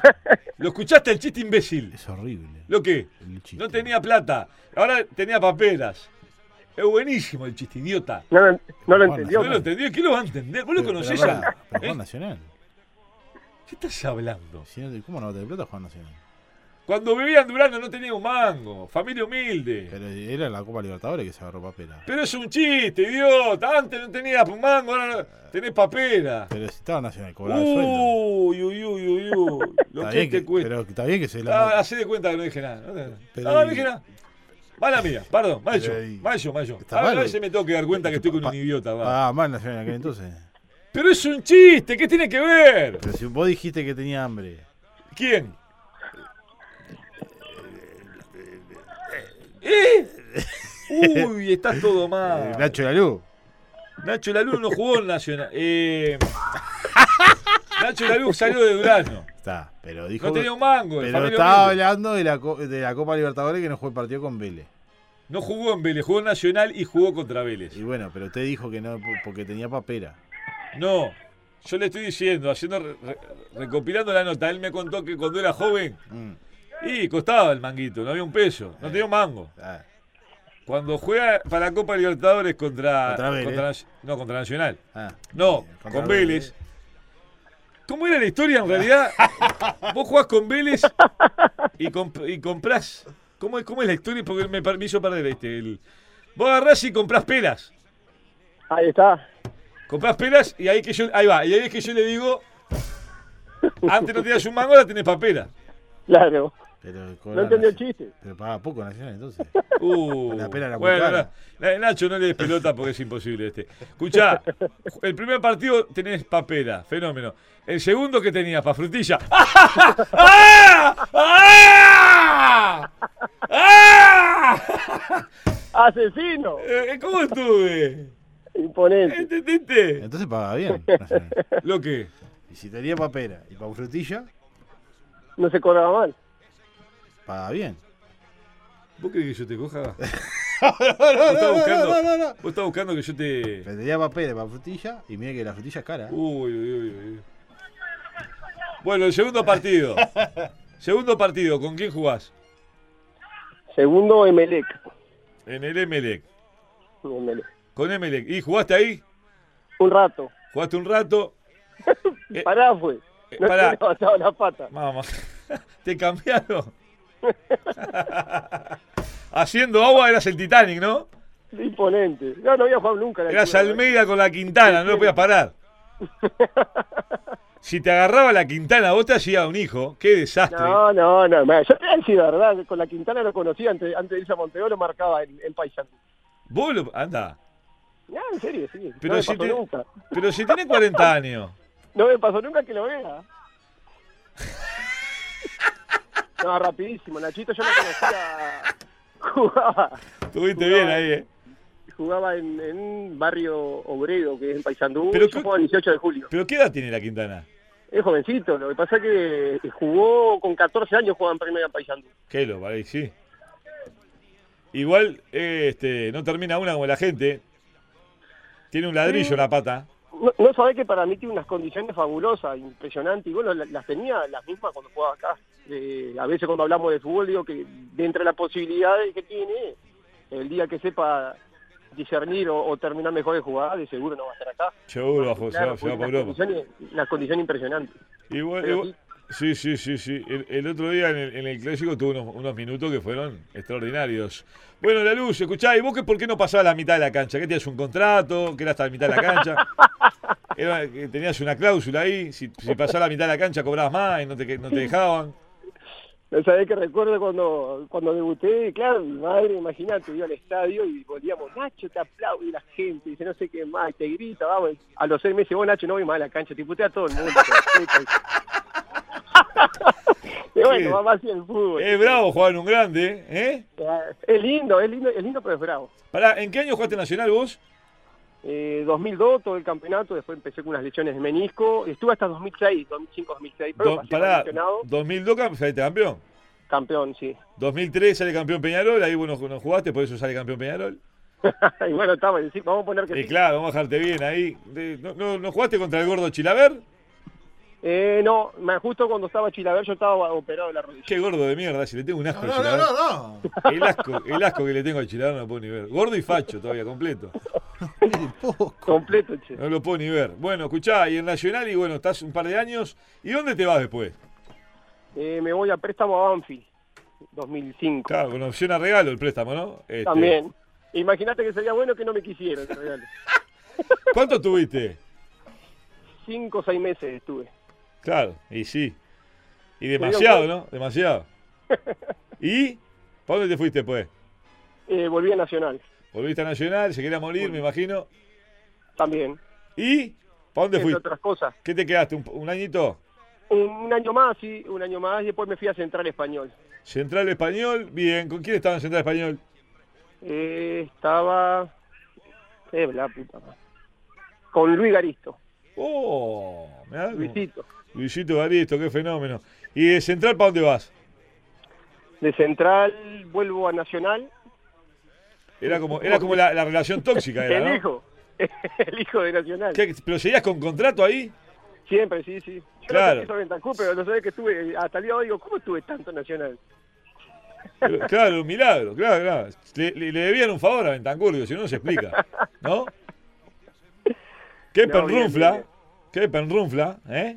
Lo escuchaste el chiste imbécil. es horrible. ¿Lo que? el chiste. No tenía plata. Ahora tenía paperas. Es buenísimo el chiste, idiota. No, lo- no lo Bueno, ¿No entendió. lo entendió? ¿Quién lo va a entender? ¿Vos lo Pero- conocés pero ya? pará, pero ¿Eh? Juan Nacional. ¿Qué estás hablando? Si no te- ¿Cómo no va a tener plata Juan Nacional? Cuando vivía en Durano no tenía un mango. Familia humilde. Pero era la Copa Libertadores que se agarró papera. Pero es un chiste, idiota. Antes no tenías mango, ahora no- tenés papera. Pero si estaba Nacional, cobraba Ah, el sueldo. Uy, uy, uy, uy, uy. Uh, Lo Está que bien te que, cuesta. pero está bien que se Ah, la. hacé de cuenta que no dije nada. No, no, no. Pero Ah, no y- dije nada. Mala mía, perdón, mal yo, Pero y- mal yo, mal yo. Está A ver, mal. a veces me tengo que dar cuenta que estoy con un Pa- idiota. va. Ah, mal Nacional en aquel entonces. Pero es un chiste, ¿qué tiene que ver? Pero si vos dijiste que tenía hambre. ¿Quién? ¿Eh? Uy, está todo Eh, mal. Nacho Lalu. Nacho Lalu no jugó en Nacional. Eh, Nacho Lalu salió de Durano. Está, pero dijo. No tenía un mango. de pero familia estaba humilde. hablando de la, co- de la Copa Libertadores que no jugó el partido con Vélez. No jugó en Vélez, jugó en Nacional y jugó contra Vélez. Y bueno, pero usted dijo que no po- porque tenía papera. No, yo le estoy diciendo, haciendo re- re- recopilando la nota, él me contó que cuando era joven, Mm, y costaba el manguito, no había un peso, no tenía un mango. ah, Cuando juega para la Copa Libertadores contra, Contra Vélez. Nas- no, contra Nacional. ah. No, Eh, contra con Vélez. ¿Cómo era la historia en realidad? Vos jugás con Vélez y, comp- y comprás. ¿Cómo es, ¿Cómo es la historia? Porque me, par- me hizo perder este. el- Vos agarrás y comprás peras. Ahí está. Comprás peras y ahí que yo. Ahí va, y ahí es que yo le digo. Antes no tenías un mango, ahora tenés papera. Claro. Pero No entendió el Nacional. chiste. Pero pagaba poco Nacional entonces. Uh, La pera la bueno, cuchara. na- na- Nacho, no le des pelota porque es imposible este. Escuchá, el primer partido tenés papera, fenómeno. El segundo que tenías, pa' frutilla. ¡Ah! ¡Ah! ¡Ah! ¡Ah! Asesino. Eh, ¿Cómo estuve? Eh. Imponente. ¿Entendiste? Entonces pagaba bien Nacional. Lo que. Y si tenía papera y pa' frutilla, No se cobraba mal. pagaba bien. ¿Vos crees que yo te coja? Vos estás buscando, no, no, no. vos estás buscando que yo te. Tendría papel para frutilla y mira que la frutilla es cara. ¿eh? Uy, uy, uy, uy. Bueno, el segundo partido. Segundo partido, ¿con quién jugás? Segundo, Emelec. En el Emelec. Emelec. Con Emelec. ¿Y jugaste ahí? Un rato. ¿Jugaste un rato? Eh, Pará, fue. eh, No pará. te levantaba la pata. Mamá. ¿Te cambiaron? Haciendo agua eras el Titanic, ¿no? Imponente. No, no había jugado nunca. a la ¿eh? Eras altura, ¿no? Almeida con la Quintana, no lo podías parar. Si te agarraba la Quintana, vos te hacías un hijo. Qué desastre. No, no, no. ma, Yo te voy a decir la verdad. Con la Quintana lo conocí antes, antes de irse a Montevideo, lo marcaba en, en Paisandú. Vos lo- Anda. No, en serio, sí. Pero no me si pasó te- nunca. Pero si tenés 40 años. No me pasó nunca que lo vea. No, rapidísimo. Nachito yo lo conocía. Jugaba, Estuviste bien ahí, ¿eh? jugaba en, en un barrio obrero que es en Paysandú. Pero Pero yo qué- jugaba el 18 de julio. ¿Pero qué edad tiene la Quintana? Es jovencito. Lo que pasa es que eh, jugó con 14 años, jugaba en Primera en Paysandú. Qué lo ahí sí. Igual, eh, este, no termina una como la gente. Tiene un ladrillo en la pata. No, no sabés que para mí tiene unas condiciones fabulosas, impresionantes, y bueno, la- las tenía las mismas cuando jugaba acá. Eh, a veces cuando hablamos de fútbol digo que dentro de las posibilidades que tiene, el día que sepa discernir o, o terminar mejor de jugar, de seguro no va a estar acá. Seguro, bajo- se Ah, Claro, va- se va porque por las, Europa. condiciones, las condiciones impresionantes. Igual, Pero igual- sí, sí, sí, sí. El, el otro día en el, en el clásico tuvo unos, unos minutos que fueron extraordinarios. Bueno, la luz, escuchá, ¿y vos qué, por qué no pasabas la mitad de la cancha? ¿Qué tenías un contrato? ¿Que era hasta la mitad de la cancha? Era que ¿Tenías una cláusula ahí? Si, si pasabas la mitad de la cancha cobrabas más y no te, que- no te dejaban. No sabés que recuerdo cuando, cuando debuté, claro, mi madre, imagínate, iba al estadio y volvíamos, Nacho, te aplaude la gente, dice no sé qué más, y te grita, vamos. A los seis meses, vos Nacho, no voy más a la cancha, te putea a todo el mundo. te putea. y Sí. Eh. bueno, va más así el fútbol. Es bravo jugar en un grande, ¿eh? Es lindo, es lindo, es lindo, pero es bravo. Pará, ¿en qué año jugaste Nacional vos? Eh, 2002 todo el campeonato, después empecé con unas lesiones de menisco, estuve hasta 2006, 2005, 2006, pero Do- pasé por pará, lesionado, 2002 cam- saliste campeón. campeón, sí. 2003 sale campeón Peñarol, ahí vos no, no jugaste, por eso sale campeón Peñarol. y bueno, estaba, sí, vamos a poner que Y sí. claro, vamos a dejarte bien ahí. De- ¿No, no, no jugaste contra el gordo Chilaver? Eh, no, ma- justo cuando estaba Chilaver yo estaba operado de la rodilla. Qué gordo de mierda, si le tengo un asco a No, no, Chilaver. no, no. El, asco, el asco que le tengo a Chilaver no lo puedo ni ver. Gordo y facho todavía, completo. Mire, poco. Completo, che. No lo puedo ni ver. Bueno, escuchá, y en Nacional, y bueno, estás un par de años. ¿Y dónde te vas después? Eh, me voy a préstamo a Banfield, 2005. Claro, con opción a regalo el préstamo, ¿no? Este, También. Imagínate que sería bueno que no me quisieran, en realidad. ¿Cuánto tuviste? Cinco o seis meses estuve. Claro, y sí. Y demasiado, dieron ¿no? Demasiado. ¿Y? ¿Para dónde te fuiste, pues? Eh, volví a Nacional, Volviste a Nacional, se quería morir, me imagino. también. ¿Y? ¿Para dónde Entre fuiste? otras cosas. ¿Qué te quedaste? ¿Un, un añito? Un, un año más, sí, un año más, y después me fui a Central Español. Central Español, bien. ¿Con quién estaba en Central Español? Eh, estaba... Eh, la puta madre. Con Luis Garisto, ¡Oh! mirá cómo- Luisito. Luisito Garisto, qué fenómeno. ¿Y de Central para dónde vas? De Central vuelvo a Nacional Era como, era como la, la relación tóxica, era, El ¿no? hijo, el hijo de Nacional. ¿Qué- ¿Pero seguías con contrato ahí? Siempre, sí, sí. Yo Claro. no sé qué hizo Bentancur, pero no sabés que estuve, eh, hasta el día de hoy digo, ¿cómo estuve tanto en Nacional? Pero, claro, un milagro, claro, claro. Le, le- le debían un favor a Bentancur, digo, si no, no se explica, ¿no? Qué No, penrunfla, bien, qué penrunfla, ¿eh?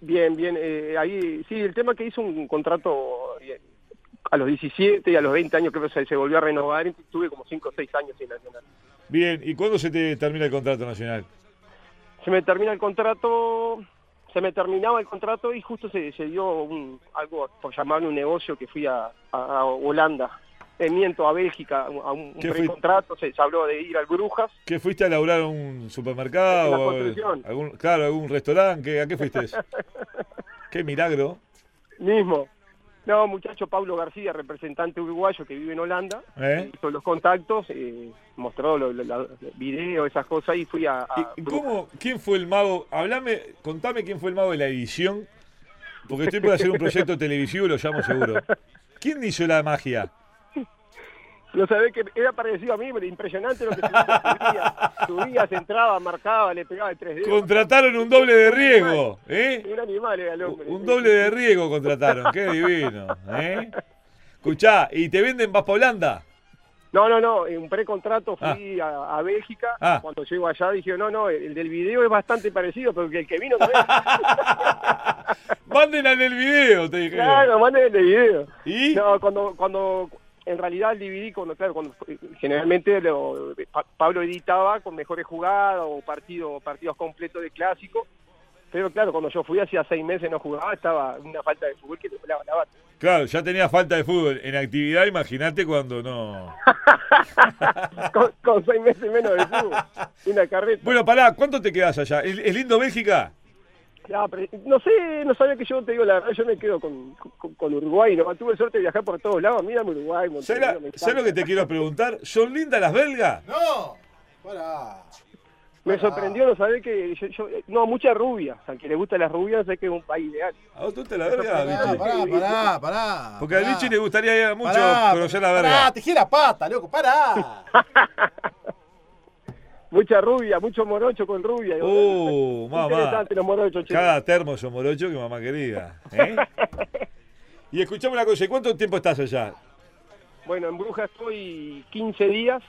Bien, bien, eh, ahí, sí, el tema que hizo un contrato eh, a los 17 y a los 20 años creo que se, se volvió a renovar, y estuve como 5 o 6 años en Nacional. Bien, ¿y cuándo se te termina el contrato nacional? Se me termina el contrato, se me terminaba el contrato y justo se, se dio un, algo, por llamarle un negocio, que fui a, a- a Holanda. Eh, miento, a Bélgica, a un, a un ¿Qué fue? precontrato, se, se habló de ir al Brujas, ¿Qué fuiste a laburar a un supermercado? En la o a- construcción. algún, claro, algún restaurante. ¿qué- ¿A qué fuiste? qué milagro. Mismo. No, muchacho Pablo García, representante uruguayo que vive en Holanda, ¿eh? hizo los contactos, eh, mostró los videos, esas cosas, y fui a... a- ¿Y cómo, ¿Quién fue el mago? Hablame, contame quién fue el mago de la edición. Porque estoy por hacer un proyecto televisivo, lo llamo seguro. ¿Quién hizo la magia? No sabés que era parecido a mí, pero impresionante lo que subía. Subía, se entraba, marcaba, le pegaba el 3D. Contrataron un doble de riego, ¿eh? Un animal era el hombre. Un doble de riego contrataron, qué divino, ¿eh? Escuchá, ¿y te venden vas pa' Holanda? No, no, no, en un precontrato fui a, a Bélgica. Ah. Cuando llego allá dije, no, no, el, el del video es bastante parecido, porque el que vino también. Manden en el video, te dijeron. claro, manden el del video. ¿Y? No, cuando, cuando, en realidad el DVD, cuando, claro, cuando, generalmente lo- Pa- Pablo editaba con mejores jugadas o partido, partidos completos de clásico. Pero claro, cuando yo fui hacía seis meses no jugaba, estaba una falta de fútbol que te volaba la bata. Claro, ya tenía falta de fútbol. En actividad, imagínate cuando no. Con, con seis meses menos de fútbol, una carreta. Bueno, pará, ¿cuánto te quedás allá? ¿Es, es lindo Bélgica? Ah, pero no sé, no sabía que yo te digo la verdad, yo me quedo con, con, con Uruguay, nomás tuve suerte de viajar por todos lados, mira Uruguay, ¿Sabés Montenegro, la- me encanta. ¿Sabés lo que te quiero preguntar? ¿Son lindas las belgas? ¡No! ¡Para! Ah, Me sorprendió no saber que yo, yo- no, muchas rubias, al que le gusta las rubias sé que es un país ideal. ¿A vos te gusta la belga, ¡Pará, Vichy? pará, pará! pará Porque a pará. Vichy le gustaría mucho Pará, conocer la ¡Pará! verga. ¡Tejé la pata, loco! ¡Pará! Mucha rubia, mucho morocho con rubia. digo, Oh, mamá. interesante los morochos, che. Cada termo son morocho que mamá querida. ¿eh? y escuchame una cosa, ¿y cuánto tiempo estás allá? Bueno, en Brujas estoy 15 días,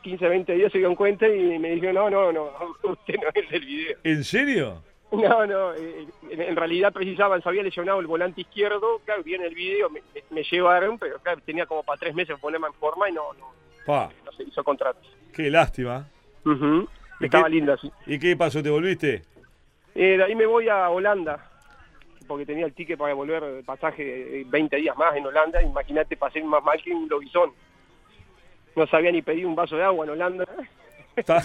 15, 20 días se dieron cuenta y me dijeron, no, no, no, usted no es el video. ¿En serio? No, no, eh, en, en realidad precisaban, se había lesionado el volante izquierdo, claro, vi en el video, me, me- me llevaron, pero claro, tenía como para tres meses ponerme en forma y no, no, Pa, no se hizo contrato. qué lástima. Ujú. ¿Y Estaba qué- linda, sí. ¿Y qué pasó? ¿Te volviste? Eh, de ahí me voy a Holanda, porque tenía el ticket para volver el pasaje de 20 días más en Holanda, imagínate, pasé más mal que un lobizón. No sabía ni pedir un vaso de agua en Holanda. Está-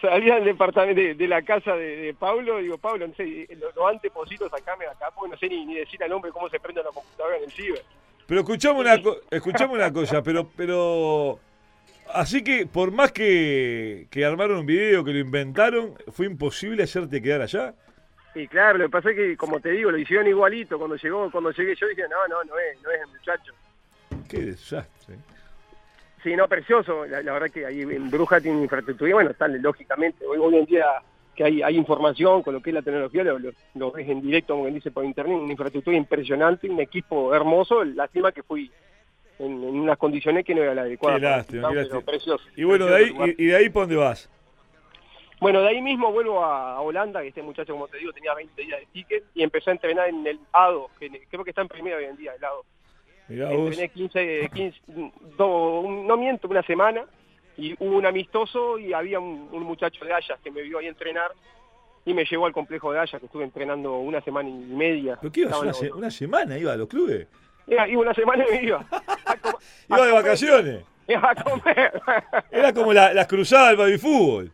Salía del departamento de, de la casa de, de Pablo, digo, Pablo, no sé, eh, lo, lo antes posible sacame de acá, porque no sé ni, ni decir al hombre cómo se prende la computadora en el ciber. Pero escuchame una, co- escuchame una cosa, pero, pero. Así que por más que, que armaron un video, que lo inventaron, fue imposible hacerte quedar allá. Y claro, lo que pasa es que, como te digo, lo hicieron igualito. Cuando llegó, cuando llegué yo dije, no, no, no es, no es el muchacho. Qué desastre. Sí, no, precioso. La, la verdad que ahí en Bruja tiene infraestructura. y Bueno, está lógicamente. Hoy, hoy en día que hay, hay información con lo que es la tecnología, lo, lo- lo ves en directo, como quien dice, por internet. Una infraestructura impresionante, un equipo hermoso. Lástima que fui en, en unas condiciones que no era la adecuada. Qué para lástima, qué visitar, lástima. pero precioso. Y bueno, de precioso ahí, lugar. y, y de ahí ¿para dónde vas? Bueno, de ahí mismo vuelvo a, a Holanda, que este muchacho, como te digo, tenía 20 días de ticket y empecé a entrenar en el ADO, que en- creo que está en primera hoy en día, el ADO. Mirá vos. Entrené 15, 15 do- un- no miento, una semana. Y hubo un amistoso y había un, un muchacho de Ayas que me vio ahí entrenar y me llevó al complejo de Ayas, que estuve entrenando una semana y media. ¿Pero qué ibas? Estaban Una, los- se- una semana iba a los clubes. Era- iba una semana y me iba. A com- a Iba de comer. vacaciones. Iba a comer. Era como la- las cruzadas del baby fútbol.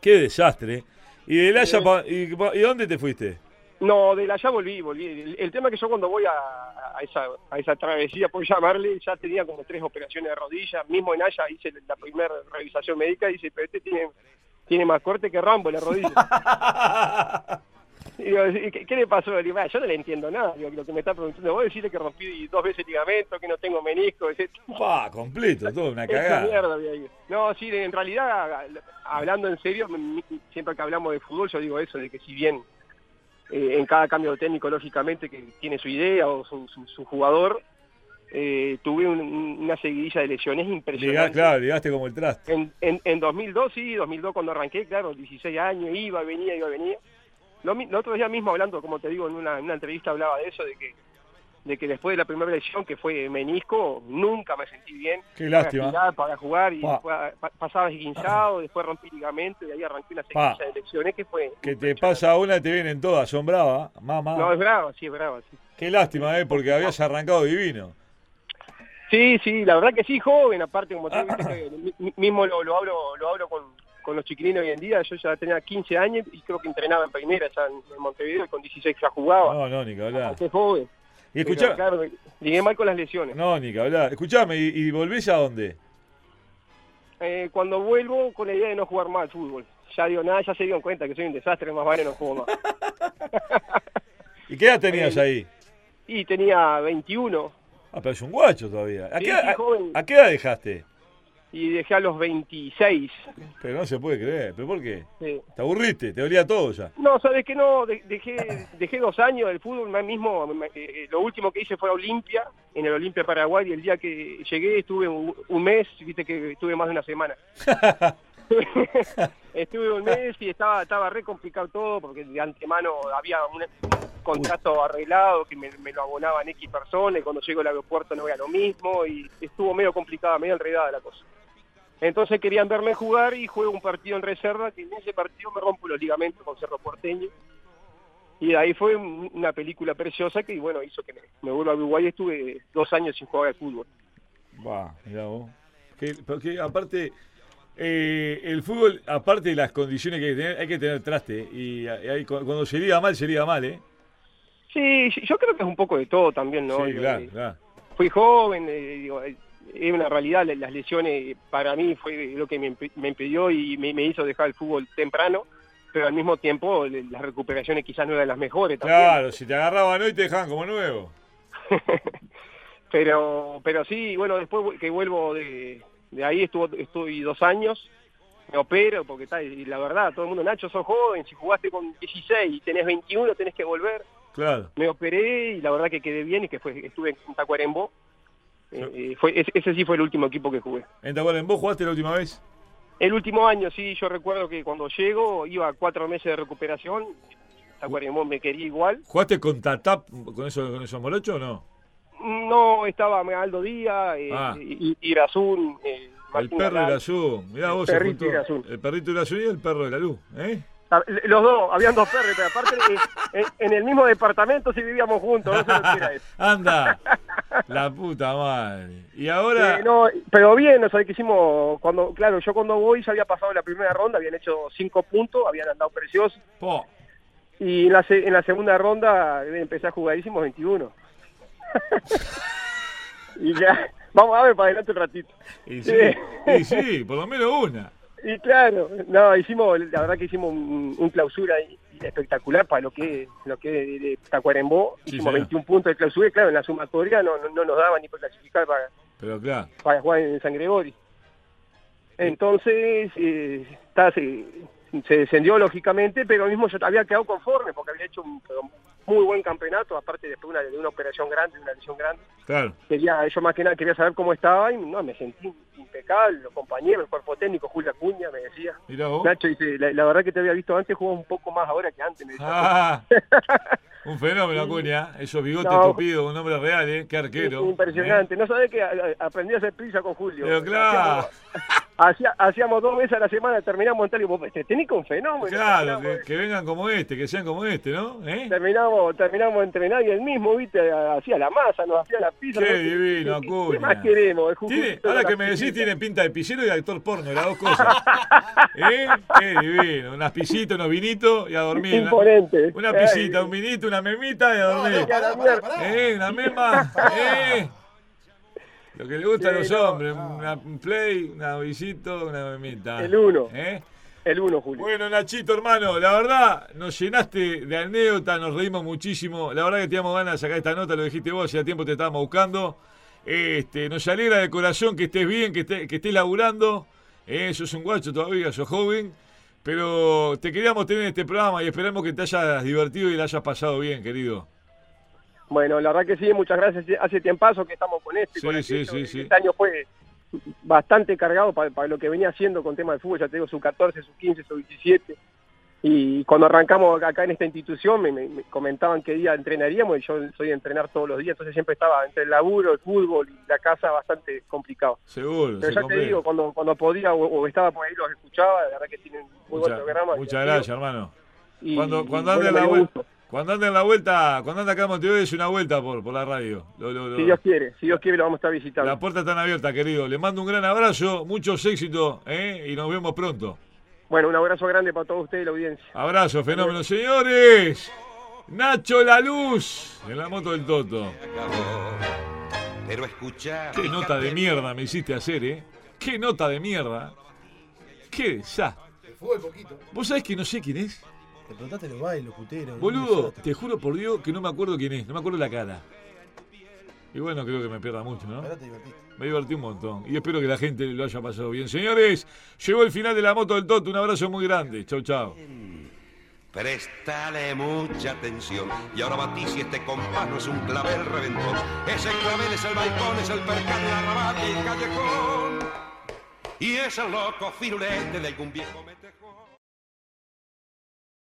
Qué desastre. ¿Y del Haya eh. pa- y, pa- y dónde te fuiste? No, de la ya volví, volví. El, el tema es que yo cuando voy a, a esa, a esa travesía, por llamarle, ya tenía como tres operaciones de rodilla. Mismo en Haya hice la primera revisación médica y dice, pero este tiene, tiene más corte que Rambo en la rodilla. Y digo, ¿y ¿qué, qué le pasó? Le digo, "Ah, yo no le entiendo nada. Digo, lo que me está preguntando, vos decirle que rompí dos veces el ligamento, que no tengo menisco, etc. Pa, completo, todo una Esa cagada. mierda había ido. No, sí, en realidad, hablando en serio, m- m- siempre que hablamos de fútbol, yo digo eso, de que si bien eh, en cada cambio técnico, lógicamente, que tiene su idea o su, su- su jugador, eh, tuve un- una seguidilla de lesiones Ligá, impresionante. claro, ligaste como el traste. En, en, en 2002, sí, 2002 cuando arranqué, claro, 16 años, iba, venía, iba, venía. Lo, mi- lo otro día mismo hablando, como te digo, en una, en una entrevista hablaba de eso, de que de que después de la primera lesión, que fue menisco, nunca me sentí bien. Qué lástima. Para, girar, para jugar, y Pa. después, pa- pasaba esguinzado, después rompí ligamento, y ahí arranqué una Pa. secuencia de lesiones que fue... Que te pasa una y te vienen todas, son bravas, mamá. No, es brava, sí, es brava, sí. Qué lástima, eh, porque habías arrancado divino. Sí, sí, la verdad que sí, joven, aparte como Ah. te digo, viste que mi- mi- mismo lo, lo hablo, lo hablo con, con los chiquilines hoy en día, yo ya tenía 15 años y creo que entrenaba en primera ya en, en Montevideo y con 16 ya jugaba, No, no, ni que hablar. bastante joven. Ah, Y Pero, escuchá, claro, me- ligué mal con las lesiones. no, ni que hablar. Escuchame, ¿y, y volvés a dónde? Eh, cuando vuelvo con la idea de no jugar más al fútbol, ya digo nada, ya se dieron cuenta que soy un desastre, más vale no juego más. ¿Y qué edad tenías ahí? Y tenía 21, Ah, Ah, pero es un guacho todavía. ¿A Sí, qué, sí, a- joven. a qué edad dejaste? Y dejé a los 26. Pero no se puede creer. ¿Pero por qué? Sí. Te aburriste, te olía todo ya. No, sabes que no, De- dejé, dejé dos años del fútbol, más mismo, me- eh, lo último que hice fue a Olimpia, en el Olimpia Paraguay, y el día que llegué estuve un, un mes, viste que estuve más de una semana. estuve un mes y estaba, estaba re complicado todo, porque de antemano había un contrato arreglado que me, me lo abonaban X personas, y cuando llego al aeropuerto no era lo mismo, y estuvo medio complicada, medio enredada la cosa. Entonces querían verme jugar y juego un partido en reserva, que en ese partido me rompo los ligamentos con Cerro Porteño. Y de ahí fue un- una película preciosa que, bueno, hizo que me, me vuelva a Uruguay. Estuve dos años sin jugar al fútbol. Va, mirá vos. Que, pero que aparte, eh, el fútbol, aparte de las condiciones que hay que tener, hay que tener traste. eh, Y, hay- cu- cuando se liga mal, se liga mal, ¿eh? Sí, yo- yo creo que es un poco de todo también, ¿no? sí, Eh, claro, claro. Fui joven, eh, digo, eh, es una realidad, la- las lesiones eh, para mí fue lo que me, impi- me impidió y me, me hizo dejar el fútbol temprano, pero al mismo tiempo le- las recuperaciones quizás no eran las mejores también. Claro, si te agarraban hoy te dejaban como nuevo. pero pero sí bueno después que vuelvo de, de ahí estuvo estuve dos años me opero porque está y la verdad todo el mundo Nacho sos joven si jugaste con 16 y tenés 21 tenés que volver Claro. me operé y la verdad que quedé bien y que fue estuve en Tacuarembó Eh, eh, fue ese, ese sí fue el último equipo que jugué ¿En Tacuarembó vos jugaste la última vez? el último año sí yo recuerdo que cuando llego iba a cuatro meses de recuperación Tacuarembó me quería igual ¿Jugaste con Tatap, con esos, con esos molochos o no? no estaba Aldo Díaz eh, Ah. I- I- Irazún eh, El Martín perro de Galán. la luz. Mirá El vos, se perrito juntó. de la Azul. El perrito de la Azul y el perro de la luz, ¿eh? Ah, Los dos, habían dos perros, pero aparte eh, en, en el mismo departamento sí vivíamos juntos, no sé lo que era eso. Anda, la puta madre. Y ahora, Eh, no, pero bien, o sea, que hicimos, cuando, claro, yo cuando voy ya había pasado la primera ronda, habían hecho cinco puntos, habían andado preciosos, po, y en la, se- en la segunda ronda eh, empecé a jugar, hicimos 21. y ya, vamos a ver para adelante un ratito. y sí, y sí, por lo menos una. Y claro, no, hicimos, la verdad que hicimos un, un clausura espectacular para lo que lo que es de Tacuarembó, Sí, hicimos señor. 21 puntos de clausura, y claro, en la sumatoria no, no, no nos daba ni para clasificar para, Pero claro, para jugar en San Gregorio. Entonces, eh, está, se, se descendió lógicamente, pero mismo yo había quedado conforme porque había hecho un pero muy buen campeonato, aparte después de una, de una operación grande, de una lesión grande claro. quería, yo más que nada quería saber cómo estaba y no, me sentí impecable, los compañeros, el cuerpo técnico, Julio Acuña me decía, Mirá vos. Nacho dice, la, la verdad que te había visto antes, jugás un poco más ahora que antes, me decía. Ah, un fenómeno, Acuña. Esos bigotes No. tupidos, un hombre real, ¿eh? Qué arquero. ¿Eh? Es impresionante, no sabés que a- a- aprendí a hacer pizza con Julio. Pero claro. Hacíamos, hacía- hacíamos dos veces a la semana, terminamos en tal y vos, este técnico es un ¿eh? fenómeno. Claro, que, terminamos, que vengan como este, que sean como este, ¿no? ¿Eh? terminamos, terminamos de entrenar y él mismo, viste, hacía la masa, nos hacía la pizza. Qué nos hacía- divino, ¿qué- Acuña. ¿Qué más queremos? El Jujuy Tiene, toda ahora la que me decís, pizza. tiene pinta de piscero y de actor porno, las dos cosas. ¿Eh? Qué divino. Unas pisitas, unos vinitos y a dormir. Una- Imponente. Una Ay, pisita, un vinito, una memita y a No, dormir. no, pará, pará, pará. ¡Eh! ¡Una mema! ¡Eh! Lo que le gusta a los Sí, no, hombres, una un play, una visito, una memita. El uno. ¿Eh? El 1, Julio. Bueno, Nachito, hermano, la verdad, nos llenaste de anécdotas, nos reímos muchísimo. La verdad que teníamos ganas de sacar esta nota, lo dijiste vos, hacía tiempo te estábamos buscando. Este, nos alegra de corazón que estés bien, que estés, que estés laburando. Eh, sos un guacho todavía, sos joven. Pero te queríamos tener en este programa y esperamos que te hayas divertido y la hayas pasado bien, querido. Bueno, la verdad que sí, muchas gracias. Hace tiempazo que estamos con este. Sí, con sí, aquello. sí, sí. Este año fue bastante cargado para, para lo que venía haciendo con tema de fútbol. Ya te digo, su 14, su 15, su 17. Y cuando arrancamos acá en esta institución, me, me- me comentaban qué día entrenaríamos y yo soy de entrenar todos los días. Entonces siempre estaba entre el laburo, el fútbol y la casa bastante complicado. Seguro, Pero se ya te complica. digo, cuando, cuando podía o, o estaba por ahí los escuchaba. La verdad que tienen muy Mucha- buen programa. Muchas divertido. gracias, hermano. Y- Cuando, y cuando, bueno, ande me la dio vuelta, gusto. cuando ande en la vuelta, cuando ande acá en Montevideo, es una vuelta por, por la radio. Lo- lo- lo- Si Dios quiere, si Dios quiere lo vamos a estar visitando. las puertas están abiertas, querido. Le mando un gran abrazo, muchos éxitos ¿eh? y nos vemos pronto. Bueno, un abrazo grande para todos ustedes y la audiencia. Abrazo, fenómeno. Señores, Nacho La Luz en la moto del Toto. acabó. Pero escucha. Qué nota de mierda me hiciste hacer, ¿eh? Qué nota de mierda. Qué desastre. El fútbol poquito. ¿Vos sabés que no sé quién es? Te preguntaste los bailes, los puteros. Boludo, te juro por Dios que no me acuerdo quién es, no me acuerdo la cara. Igual no creo que me pierda mucho, ¿no? Ahora te divertiste. Me divertí un montón y espero que la gente lo haya pasado bien. Señores, llegó el final de la moto del Toto. Un abrazo muy grande. Chau, chau. Prestale mucha atención. Y ahora batí si este compás no es un clavel reventón. Ese clavel es el balcón, es el percal, la rabata y el callejón. Y es el loco firulete de algún viejo metejón.